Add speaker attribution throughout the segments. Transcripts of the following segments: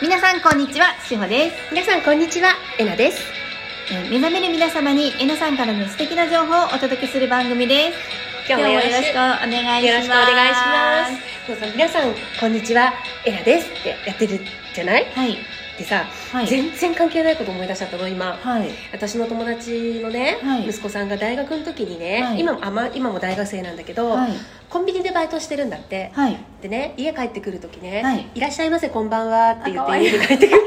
Speaker 1: 皆さんこんにちは、しほです。
Speaker 2: 皆さんこんにちはえなです
Speaker 1: えー目覚める皆様にえなさんからの素敵な情報をお届けする番組です。
Speaker 2: 今日もよろしく
Speaker 1: お願いします。
Speaker 2: よろしくお願いしますそうさ皆さんこんにちはえなですってやってるじゃない
Speaker 1: はい、
Speaker 2: でさ、
Speaker 1: はい、
Speaker 2: 全然関係ないこと思い出しちゃったの今
Speaker 1: はい、
Speaker 2: 私の友達のね、
Speaker 1: はい
Speaker 2: 息子さんが大学の時にね、
Speaker 1: はい
Speaker 2: 今もあま今も大学生なんだけど、
Speaker 1: はい、
Speaker 2: コンビニでバイトしてるんだって、
Speaker 1: はい、
Speaker 2: でね家帰ってくる時ね、
Speaker 1: はい
Speaker 2: い「らっしゃいませこんばんは」って言
Speaker 1: あ
Speaker 2: っ
Speaker 1: かわ
Speaker 2: て
Speaker 1: いい
Speaker 2: 家に帰ってくる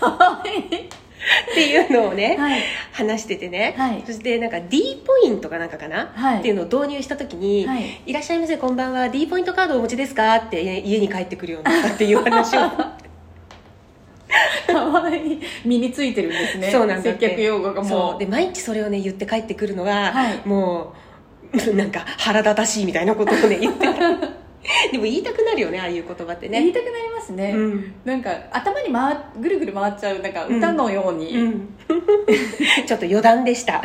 Speaker 1: かわい
Speaker 2: っていうのをね、
Speaker 1: い。はい、
Speaker 2: 話しててね、
Speaker 1: はい
Speaker 2: そしてなんか D ポイントかなんかかな、
Speaker 1: はい
Speaker 2: っていうのを導入した時に「
Speaker 1: はい
Speaker 2: い、らっしゃいませこんばんは D ポイントカードお持ちですか?」って家家に帰ってくるようになったっていう話を
Speaker 1: かわいい。身についてるんですね。
Speaker 2: そうなんだ
Speaker 1: 接
Speaker 2: って
Speaker 1: 客用語が
Speaker 2: そ
Speaker 1: も
Speaker 2: う
Speaker 1: う。
Speaker 2: で毎日それをね言って帰ってくるのが、
Speaker 1: はい
Speaker 2: もう なんか腹立たしいみたいなことを ね言ってたでも言いたくなるよねああいう言葉って
Speaker 1: 言い
Speaker 2: ね
Speaker 1: たくなりますね。
Speaker 2: うん
Speaker 1: なんか頭に回ぐるぐる回っちゃうなんか歌のように、
Speaker 2: うん ちょっと余談でした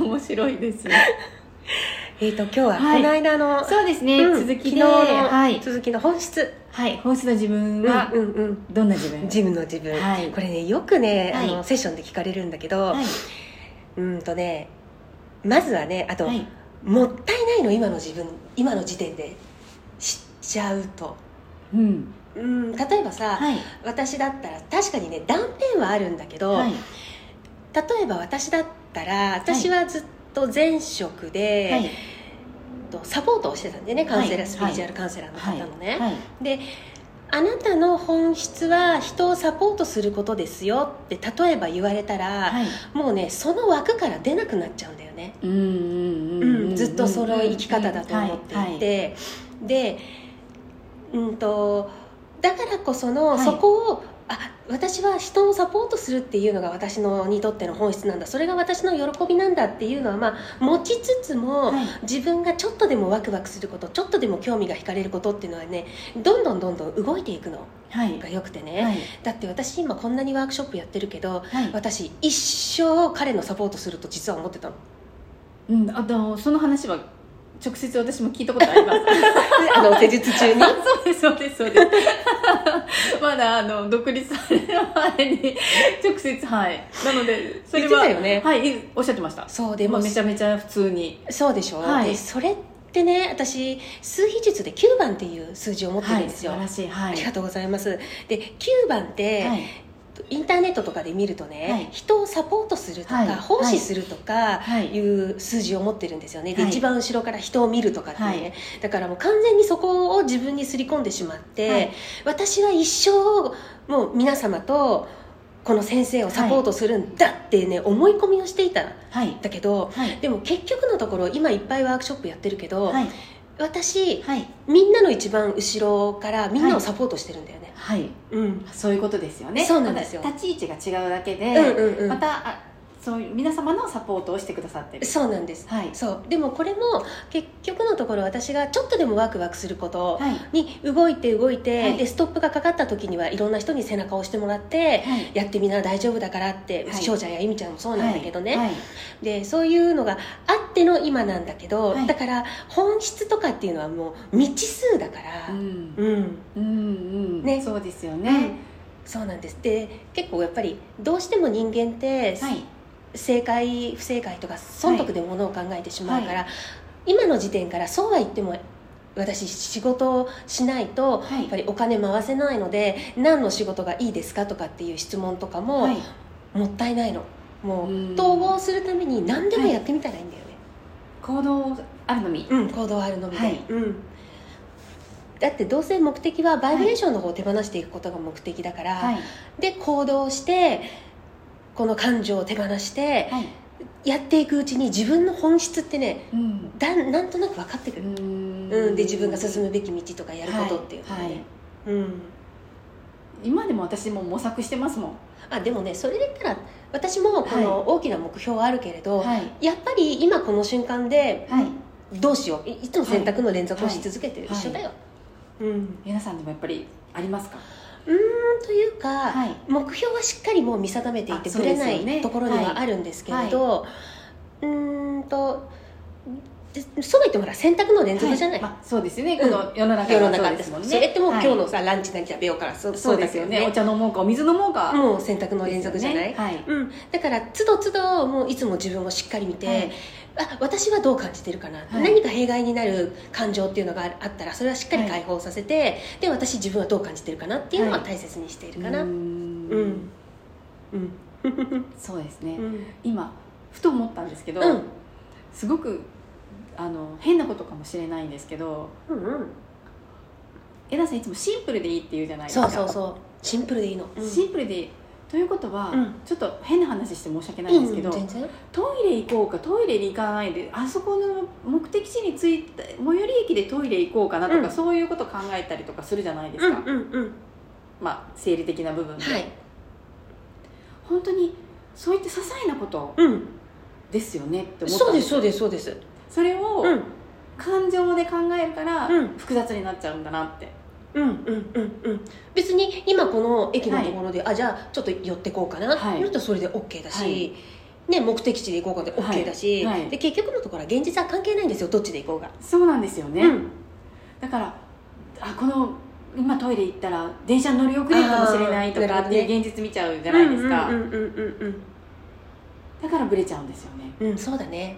Speaker 1: 面白いですね。
Speaker 2: えっと今日は
Speaker 1: はい
Speaker 2: この間の、
Speaker 1: そうですね、
Speaker 2: うん
Speaker 1: 続き
Speaker 2: 昨
Speaker 1: で、
Speaker 2: 日の、
Speaker 1: はい、
Speaker 2: 続きの本質
Speaker 1: はい、本質の自分は
Speaker 2: うんうんうん
Speaker 1: どんな自分、
Speaker 2: ジムの自分、
Speaker 1: はい
Speaker 2: これねよくね、
Speaker 1: はい
Speaker 2: あのセッションで聞かれるんだけど、
Speaker 1: はい、
Speaker 2: うんとねまずはねあと、
Speaker 1: はい、
Speaker 2: もったいないの今の自分今の時点で知っちゃうと、
Speaker 1: うん、
Speaker 2: うん、例えばさ、
Speaker 1: はい、
Speaker 2: 私だったら確かにね断片はあるんだけど、
Speaker 1: はい、
Speaker 2: 例えば私だったら私はずっと前職で、
Speaker 1: はい、
Speaker 2: とサポートをしてたんでねカウンセラー、
Speaker 1: はい
Speaker 2: スピリチュアルカウンセラーの方のね、
Speaker 1: はい、
Speaker 2: であなたの本質は人をサポートすることですよって例えば言われたら、
Speaker 1: はい、
Speaker 2: もうねその枠から出なくなっちゃうんだよね、
Speaker 1: うんうんう
Speaker 2: うん
Speaker 1: うん
Speaker 2: んずっとその生き方だと思っていて、
Speaker 1: はいはい
Speaker 2: でうんとだからこその、
Speaker 1: はい
Speaker 2: そこをあ私は人をサポートするっていうのが私のにとっての本質なんだそれが私の喜びなんだっていうのは、まあ、持ちつつも、
Speaker 1: はい
Speaker 2: 自分がちょっとでもワクワクすることちょっとでも興味が惹かれることっていうのはねどんどんどんどん動いていくの
Speaker 1: はい
Speaker 2: がよくてね、
Speaker 1: はい
Speaker 2: だって私今こんなにワークショップやってるけど
Speaker 1: はい
Speaker 2: 私一生彼のサポートすると実は思ってたの
Speaker 1: うんあのその話は直接私も聞いたことあ ります
Speaker 2: あの施術 中に
Speaker 1: あそうですそうですそうですまだあの独立される前に直接はいなのでそれ
Speaker 2: 言っ
Speaker 1: は
Speaker 2: てたよね
Speaker 1: はいおっしゃってました
Speaker 2: そう
Speaker 1: で
Speaker 2: で
Speaker 1: も
Speaker 2: も
Speaker 1: めちゃめちゃ普通に
Speaker 2: そうでしょ、
Speaker 1: はい
Speaker 2: でそれってね私数比術で9番っていう数字を持ってるん
Speaker 1: い
Speaker 2: です
Speaker 1: 素
Speaker 2: よ、
Speaker 1: 晴らしいは
Speaker 2: あ
Speaker 1: い
Speaker 2: りがとうございますで9番って、
Speaker 1: はい
Speaker 2: インターネットとかで見るとね、
Speaker 1: はい
Speaker 2: 人をサポートするとか、
Speaker 1: はい
Speaker 2: 奉仕するとか、、
Speaker 1: はいいう
Speaker 2: 数字を持ってるんですよねで、
Speaker 1: はい
Speaker 2: 一番後ろから人を見るとかってね、
Speaker 1: はい
Speaker 2: だからもう完全にそこを自分にすり込んでしまって、
Speaker 1: はい
Speaker 2: 私は一生もう皆様とこの先生をサポートするんだってね、思い込みをしていたん
Speaker 1: はい
Speaker 2: だけど
Speaker 1: はい
Speaker 2: でも結局のところ今いっぱいワークショップやってるけど、
Speaker 1: はい
Speaker 2: 私
Speaker 1: はい
Speaker 2: みんなの一番後ろからみんなをサポートしてるんだよね、
Speaker 1: はい
Speaker 2: うん
Speaker 1: そういうことですよね
Speaker 2: そうなんですよ
Speaker 1: まだ立ち位置が違うだけ
Speaker 2: うん
Speaker 1: で、
Speaker 2: うんうん
Speaker 1: またあそういう皆様のサポートをしてくださってる
Speaker 2: そうなんです
Speaker 1: はい
Speaker 2: そうでもこれも結局のところ私がちょっとでもワクワクすること
Speaker 1: はい
Speaker 2: に動いて動いて、
Speaker 1: はい
Speaker 2: でストップがかかった時にはいろんな人に背中を押してもらって、
Speaker 1: はい
Speaker 2: やってみな大丈夫だからって、
Speaker 1: はい
Speaker 2: 翔ちゃんやゆみちゃんもそうなんだけどね、
Speaker 1: はい
Speaker 2: でそういうのがあっての今なんだけど、
Speaker 1: はい
Speaker 2: だから本質とかっていうのはもう未知数だから、
Speaker 1: うん
Speaker 2: うん
Speaker 1: うんうん
Speaker 2: ね
Speaker 1: そうですよ
Speaker 2: うん
Speaker 1: ね、
Speaker 2: そうなんですで結構やっぱりどうしても人間って
Speaker 1: はい
Speaker 2: 正解不正解とか損得でものを考えてしまうから、
Speaker 1: は
Speaker 2: 今の時点からそうは言っても私仕事をしない
Speaker 1: は
Speaker 2: と
Speaker 1: い
Speaker 2: やっぱりお金回せないので何の仕事がいいですかとかっていう質問とかも
Speaker 1: はい
Speaker 2: もったいないの、もう
Speaker 1: うん
Speaker 2: 統合するために何でもやってみたらいいんだよね、
Speaker 1: 行動あるのみ
Speaker 2: うん、行動あるのみ
Speaker 1: は
Speaker 2: で、
Speaker 1: い
Speaker 2: うんだってどうせ目的はバイブレーションの方を手放していくことが目的だから、
Speaker 1: はい
Speaker 2: で行動してこの感情を手放して
Speaker 1: はい
Speaker 2: やっていくうちに自分の本質ってね
Speaker 1: うん
Speaker 2: だんなんとなく分かってくる、うんで自分が進むべき道とかやることっていうのはね、
Speaker 1: はいはい
Speaker 2: うん、
Speaker 1: 今でも私も模索してますもん
Speaker 2: あでもねそれで言ったら私もこの大きな目標はあるけれど、
Speaker 1: はい
Speaker 2: やっぱり今この瞬間で
Speaker 1: はい
Speaker 2: どうしよういいつも選択の連続をし続けて
Speaker 1: はい
Speaker 2: 一緒だよ、うん、
Speaker 1: 皆さんでもやっぱりありますか
Speaker 2: というか、
Speaker 1: はい
Speaker 2: 目標はしっかりもう見定めていて
Speaker 1: あ
Speaker 2: ぶれな
Speaker 1: そうですよ
Speaker 2: い
Speaker 1: ね
Speaker 2: ところにはあるんですけれどう,、ーんとで全てほら選択の連続じゃない、
Speaker 1: まあ、そうですよね、
Speaker 2: うん
Speaker 1: この世の中
Speaker 2: 世の
Speaker 1: はそ
Speaker 2: 中
Speaker 1: うで
Speaker 2: って
Speaker 1: すもんね
Speaker 2: それってもう今日
Speaker 1: は
Speaker 2: のさ、ランチ何食べようからそ
Speaker 1: いそうですよねお茶飲もうかお水飲もうか
Speaker 2: もう選択の連続じゃない、
Speaker 1: ですよねはい
Speaker 2: うん、だからつどつどもういつも自分をしっかり見て、
Speaker 1: はい
Speaker 2: あ私はどう感じてるかな、
Speaker 1: はい
Speaker 2: 何か弊害になる感情っていうのがああったらそれはしっかり解放させて、で私自分はどう感じてるかなっていうのは
Speaker 1: は
Speaker 2: 大切にしている
Speaker 1: う
Speaker 2: かな、
Speaker 1: ー
Speaker 2: うん
Speaker 1: ん
Speaker 2: うんうん
Speaker 1: そうですね、
Speaker 2: うん
Speaker 1: 今ふと思ったんですけど、
Speaker 2: うん
Speaker 1: すごくあの変なことかもしれないんですけど
Speaker 2: うん
Speaker 1: えなさんいつもシンプルでいいって言うじゃないです
Speaker 2: そ
Speaker 1: か
Speaker 2: うそうそうシンプルでいいの、うん
Speaker 1: シンプルでいいということは、
Speaker 2: うん
Speaker 1: ちょっと変な話して申し訳ないんですけど、
Speaker 2: うん全然
Speaker 1: トイレ行こうかトイレに行かないであそこの目的地に着いた最寄り駅でトイレ行こうかなとか、
Speaker 2: うん
Speaker 1: そういうこと考えたりとかするじゃないで
Speaker 2: う
Speaker 1: す
Speaker 2: ん
Speaker 1: か、
Speaker 2: うんうん
Speaker 1: まあ生理的な部分で、
Speaker 2: はい
Speaker 1: 本当にそういった些細なこと
Speaker 2: うん
Speaker 1: ですよねって思った
Speaker 2: そうんですそうですそうです
Speaker 1: それを
Speaker 2: うん
Speaker 1: 感情で考えるから
Speaker 2: うん
Speaker 1: 複雑になっちゃうんだなって、
Speaker 2: うんうんうんうん別に今この駅のところで、あじゃあちょっと寄ってこうかな、
Speaker 1: はい
Speaker 2: 言ったらそれで OK だし、
Speaker 1: はい
Speaker 2: ね、目的地で行こうかで
Speaker 1: はい
Speaker 2: OK だし、
Speaker 1: はい
Speaker 2: で結局のところは現実は関係ないんですよどっちで行こうが、
Speaker 1: そうなんですよね、
Speaker 2: うん
Speaker 1: だからあこの今トイレ行ったら電車乗り遅れるかもしれないとかっていう現実見ちゃうじゃないですか、
Speaker 2: うんうんうんうん
Speaker 1: だからブレちゃうんですよね、
Speaker 2: うんうんそうだね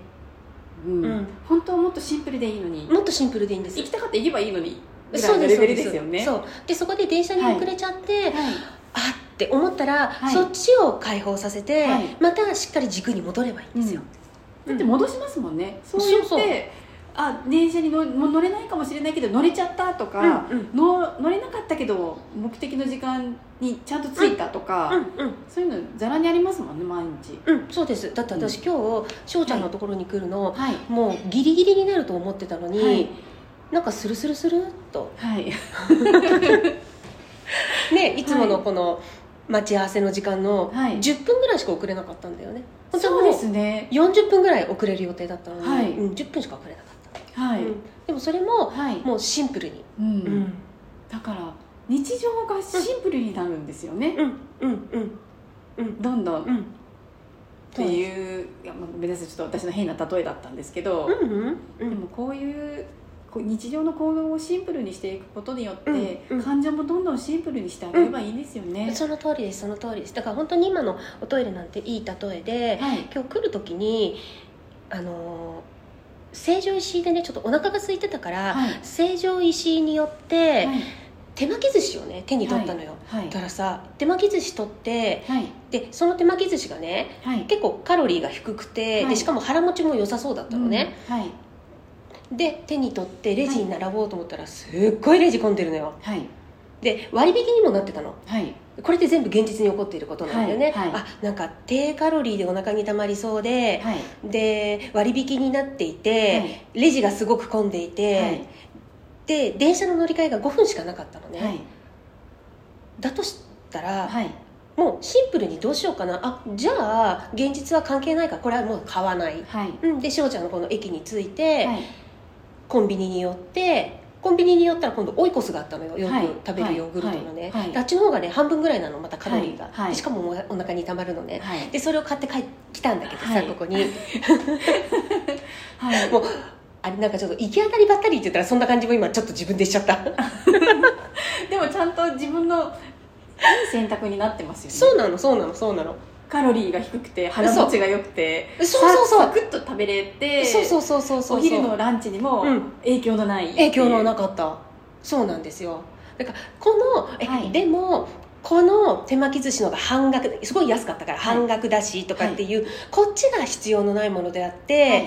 Speaker 1: うん
Speaker 2: うん
Speaker 1: 本当はもっとシンプルでいいのに
Speaker 2: もっとシンプルでいいんです
Speaker 1: 行きたかったら行けばいいのにぐら
Speaker 2: そ
Speaker 1: いうの
Speaker 2: です
Speaker 1: レベ
Speaker 2: そう
Speaker 1: ル
Speaker 2: で
Speaker 1: です
Speaker 2: す
Speaker 1: よね
Speaker 2: そうでそこで電車に遅れちゃって、
Speaker 1: はい
Speaker 2: あって思ったら、
Speaker 1: はい
Speaker 2: そっちを解放させて、
Speaker 1: はい
Speaker 2: またしっかり軸に戻ればいいんですよ、
Speaker 1: だって戻しますもんね、
Speaker 2: ん
Speaker 1: そう言って
Speaker 2: そうそう
Speaker 1: あ電車にのもう乗れないかもしれないけど乗れちゃったと
Speaker 2: うん
Speaker 1: か、の乗れなかったけど目的の時間にちゃんと着いたとか、
Speaker 2: うんうん
Speaker 1: そういうのざらにありますもんね毎日
Speaker 2: うん、そうですだって私、今日翔ちゃんのところに来るの、
Speaker 1: はい
Speaker 2: もうギリギリになると思ってたのに、
Speaker 1: はい
Speaker 2: なんかスルスルスルっと
Speaker 1: はい
Speaker 2: ねいつものこの待ち合わせの時間の
Speaker 1: はい
Speaker 2: 10分ぐらいしか遅れなかったんだよね本当
Speaker 1: そ
Speaker 2: は
Speaker 1: う
Speaker 2: もう
Speaker 1: ですね
Speaker 2: 40分ぐらい遅れる予定だったのに、
Speaker 1: はい
Speaker 2: うん、10分しか遅れなかった、
Speaker 1: はい、
Speaker 2: うんでもそれも
Speaker 1: はい、
Speaker 2: もうシンプルに
Speaker 1: うん
Speaker 2: うん
Speaker 1: だから日常がシンプルになるんですよね、
Speaker 2: うんうんうん
Speaker 1: どんどんっ
Speaker 2: うん
Speaker 1: ていういやまあごめんなさいちょっと私の変な例えだったんですけど、
Speaker 2: うんうんう
Speaker 1: で
Speaker 2: ん
Speaker 1: もこういうこう日常の行動をシンプルにしていくことによって、
Speaker 2: うんうん
Speaker 1: 感情もどんどんシンプルにしてあげればいいんですよね、
Speaker 2: その通りですその通りですだから本当に今のおトイレなんていい例えで、
Speaker 1: はい
Speaker 2: 今日来る時にあのー成城石井でねちょっとお腹が空いてたから、
Speaker 1: はい
Speaker 2: 成城石井によって、
Speaker 1: はい
Speaker 2: 手巻き寿司をね手に取ったのよ、
Speaker 1: はい
Speaker 2: だからさ手巻き寿司取って
Speaker 1: はい
Speaker 2: でその手巻き寿司がね
Speaker 1: はい
Speaker 2: 結構カロリーが低くて、
Speaker 1: はい
Speaker 2: でしかも腹持ちも良さそうだったのね、
Speaker 1: うんはい
Speaker 2: で手に取ってレジに並ぼうと思ったら、すっごいレジ混んでるのよ
Speaker 1: はい
Speaker 2: で割引にもなってたの
Speaker 1: はい
Speaker 2: これって全部現実に起こっていることなんだよね、
Speaker 1: はいはい
Speaker 2: あなんか低カロリーでお腹にたまりそうで、
Speaker 1: はい
Speaker 2: で割引になっていて、
Speaker 1: はい
Speaker 2: レジがすごく混んでいて、
Speaker 1: はい
Speaker 2: で電車の乗り換えが5分しかなかったのね、
Speaker 1: はい
Speaker 2: だとしたら、
Speaker 1: はい
Speaker 2: もうシンプルにどうしようかなあじゃあ現実は関係ないからこれはもう買わない、
Speaker 1: はい
Speaker 2: うん、で翔ちゃんのこの駅に着いて、
Speaker 1: はい
Speaker 2: コンビニに寄ってコンビニに寄ったら今度オイコスがあったのよよく
Speaker 1: はい
Speaker 2: 食べるヨーグルトのね、
Speaker 1: はいはい
Speaker 2: であっちの方がね半分ぐらいなのまたカロリーが、
Speaker 1: はいはい
Speaker 2: でしかももうお腹にたまるのね、
Speaker 1: はい
Speaker 2: でそれを買って帰ってきたんだけどさ、
Speaker 1: はい
Speaker 2: ここに
Speaker 1: はい
Speaker 2: もうあれなんかちょっと行き当たりばったりって言ったらそんな感じも今ちょっと自分でしちゃった
Speaker 1: でもちゃんと自分のいい選択になってますよね
Speaker 2: そうなのそうなのそうなの
Speaker 1: カロリーが低くて腹持ちが良くて
Speaker 2: そうそうそう
Speaker 1: サクッと食べれて
Speaker 2: そうそうそうそうそう
Speaker 1: お昼のランチにも
Speaker 2: うん
Speaker 1: 影響のない
Speaker 2: 影響の
Speaker 1: な
Speaker 2: なかったそうなんですよだからこのえ、
Speaker 1: はい
Speaker 2: でもこの手巻き寿司のが半額すごい安かったから
Speaker 1: はい
Speaker 2: 半額だしとかっていう、こっちが必要のないものであって、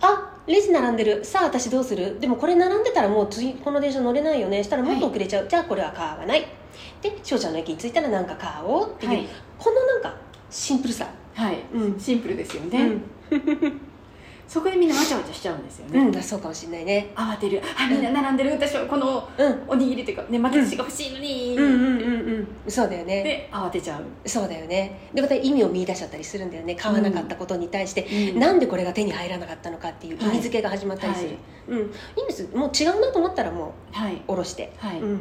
Speaker 2: あレジ並んでるさあ私どうするでもこれ並んでたらもう次この電車乗れないよねしたらもっと遅れちゃう、じゃあこれは買わないで翔ちゃんの駅に着いたら何か買おうっていう、
Speaker 1: はい
Speaker 2: このなんかシンプルさ
Speaker 1: はい
Speaker 2: うん
Speaker 1: シンプルですよ
Speaker 2: う
Speaker 1: ね、
Speaker 2: ん、
Speaker 1: そこでみんなわちゃわちゃしちゃうんですよ
Speaker 2: う
Speaker 1: ね、
Speaker 2: ん、だそうかもしれないね
Speaker 1: 慌てるあみんな並んでる私はこの
Speaker 2: うん
Speaker 1: おにぎりというかね巻き寿司が欲しいのに、
Speaker 2: うんうんうんうんそうだよね
Speaker 1: で慌てちゃう、
Speaker 2: そうだよねでまた意味を見出しちゃったりするんだよね買わなかったことに対して、
Speaker 1: な
Speaker 2: なんでこれが手に入らなかったのかっていう意味付けが始まったりする、
Speaker 1: はい
Speaker 2: うん、いいんですもう違うなと思ったらも
Speaker 1: はい、
Speaker 2: う下ろして、
Speaker 1: はい
Speaker 2: うん、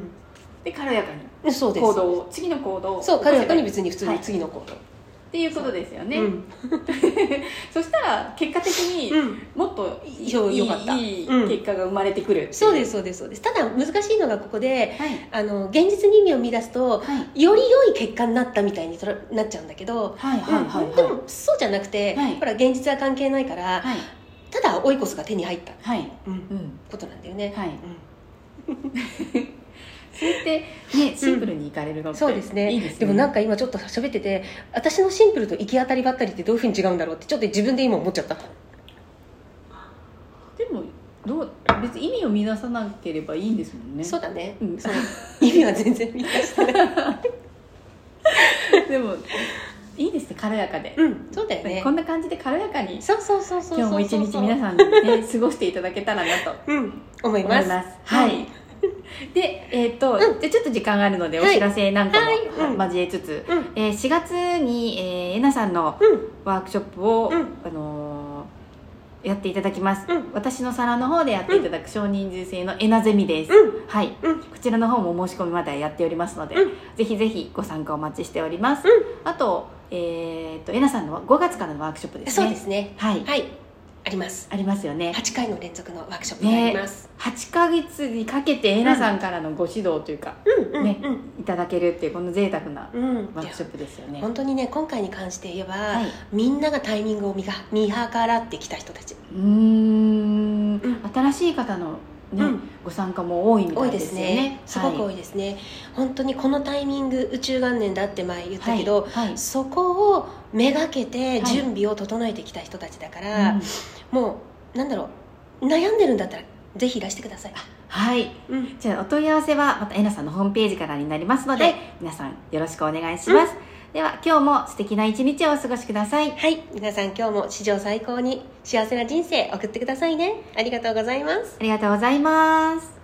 Speaker 1: で軽やかに
Speaker 2: そうです
Speaker 1: 行動を次の行動を
Speaker 2: そう彼らに
Speaker 1: 起こ
Speaker 2: 別に普通
Speaker 1: は
Speaker 2: に
Speaker 1: い
Speaker 2: 次の行動、
Speaker 1: っていうことですよね、
Speaker 2: うん
Speaker 1: そしたら結果的に
Speaker 2: うん
Speaker 1: もっといい,、
Speaker 2: よよかった
Speaker 1: いい
Speaker 2: うん
Speaker 1: 結果が生まれてくるってい
Speaker 2: そうですそうですそうですただ難しいのがここで
Speaker 1: はい
Speaker 2: あの現実人間を見出すと
Speaker 1: はい
Speaker 2: より良い結果になったみたいにとらなっちゃうんだけど、
Speaker 1: はいはいはい
Speaker 2: うんでもそうじゃなくて、
Speaker 1: はい
Speaker 2: ほら現実は関係ないから、
Speaker 1: はい
Speaker 2: ただオイコスが手に入った、
Speaker 1: はい
Speaker 2: うん
Speaker 1: うん
Speaker 2: ことなんだよね、
Speaker 1: はい
Speaker 2: うん
Speaker 1: そうやってねシンプルにいかれるのって
Speaker 2: そうですね
Speaker 1: いいですね
Speaker 2: でもなん
Speaker 1: か
Speaker 2: か今ちょっと喋ってて私のシンプルと行き当たりばったりってどういうふうに違うんだろうってちょっと自分で今思っちゃった
Speaker 1: でもどう別に意味を見出さなければいいんですもんね
Speaker 2: そうだね
Speaker 1: うん そう
Speaker 2: 意味は全然見出してない
Speaker 1: でもいいですね軽やかで、
Speaker 2: うんそうだよね
Speaker 1: こんな感じで軽やかに
Speaker 2: そうそうそうそうそう
Speaker 1: 今日も一日皆
Speaker 2: ん
Speaker 1: さんにね過ごしていただけたらなと
Speaker 2: うん思
Speaker 1: 思
Speaker 2: い
Speaker 1: い
Speaker 2: ま
Speaker 1: ますす
Speaker 2: は
Speaker 1: はいいでえっ、と、
Speaker 2: う
Speaker 1: じゃあちょっと時間があるのでお
Speaker 2: はい
Speaker 1: 知らせなんか
Speaker 2: はいうん
Speaker 1: も交えつつ、
Speaker 2: うん
Speaker 1: えー4月に、えー、えなさんの
Speaker 2: うん
Speaker 1: ワークショップを、
Speaker 2: うん
Speaker 1: あのーやっていただきます、
Speaker 2: うん
Speaker 1: 私の皿の方でやっていただく少人数制のエナゼミです、
Speaker 2: うん
Speaker 1: はい、
Speaker 2: うん
Speaker 1: こちらの方も申し込みまでやっておりますので、
Speaker 2: うん
Speaker 1: ぜひぜひご参加お待ちしております、
Speaker 2: うん
Speaker 1: あとえっ、とえなさんの5月からのワークショップですね
Speaker 2: そうですね
Speaker 1: はい、
Speaker 2: はいあります
Speaker 1: ありますよね
Speaker 2: 8回の連続のワークショップがあります、
Speaker 1: 8ヶ月にかけてえなさんからのご指導というか、
Speaker 2: うんうん
Speaker 1: ね
Speaker 2: うん
Speaker 1: いただけるっていうこの贅沢な
Speaker 2: う
Speaker 1: ワ
Speaker 2: ん
Speaker 1: ー
Speaker 2: い
Speaker 1: ク
Speaker 2: や
Speaker 1: ショップですよね
Speaker 2: 本当にね今回に関して言えば、
Speaker 1: はい、
Speaker 2: みんながタイミングを見が見計らってきた人たち、
Speaker 1: うーん
Speaker 2: ん
Speaker 1: 新しい方の、ね
Speaker 2: うん
Speaker 1: ご参加も多いみ
Speaker 2: 多
Speaker 1: た
Speaker 2: い
Speaker 1: い
Speaker 2: で
Speaker 1: です
Speaker 2: す
Speaker 1: よ
Speaker 2: ね
Speaker 1: ね
Speaker 2: すごく多いですね、本当にこのタイミング宇宙元年だって前言ったけど、
Speaker 1: はいはい
Speaker 2: そこをめがけて
Speaker 1: い
Speaker 2: 準備を整えてきた人たちだから、
Speaker 1: うん
Speaker 2: もうなんだろう悩んでるんだったらぜひいらしてください、
Speaker 1: はい
Speaker 2: うん、
Speaker 1: じゃあお問い合わせはまたえなさんのホームページからになりますので、
Speaker 2: はい
Speaker 1: 皆さんよろしくお願いします、では今日も素敵な一日をお過ごしください
Speaker 2: はい皆さん今日も史上最高に幸せな人生送ってくださいねありがとうございます
Speaker 1: ありがとうございます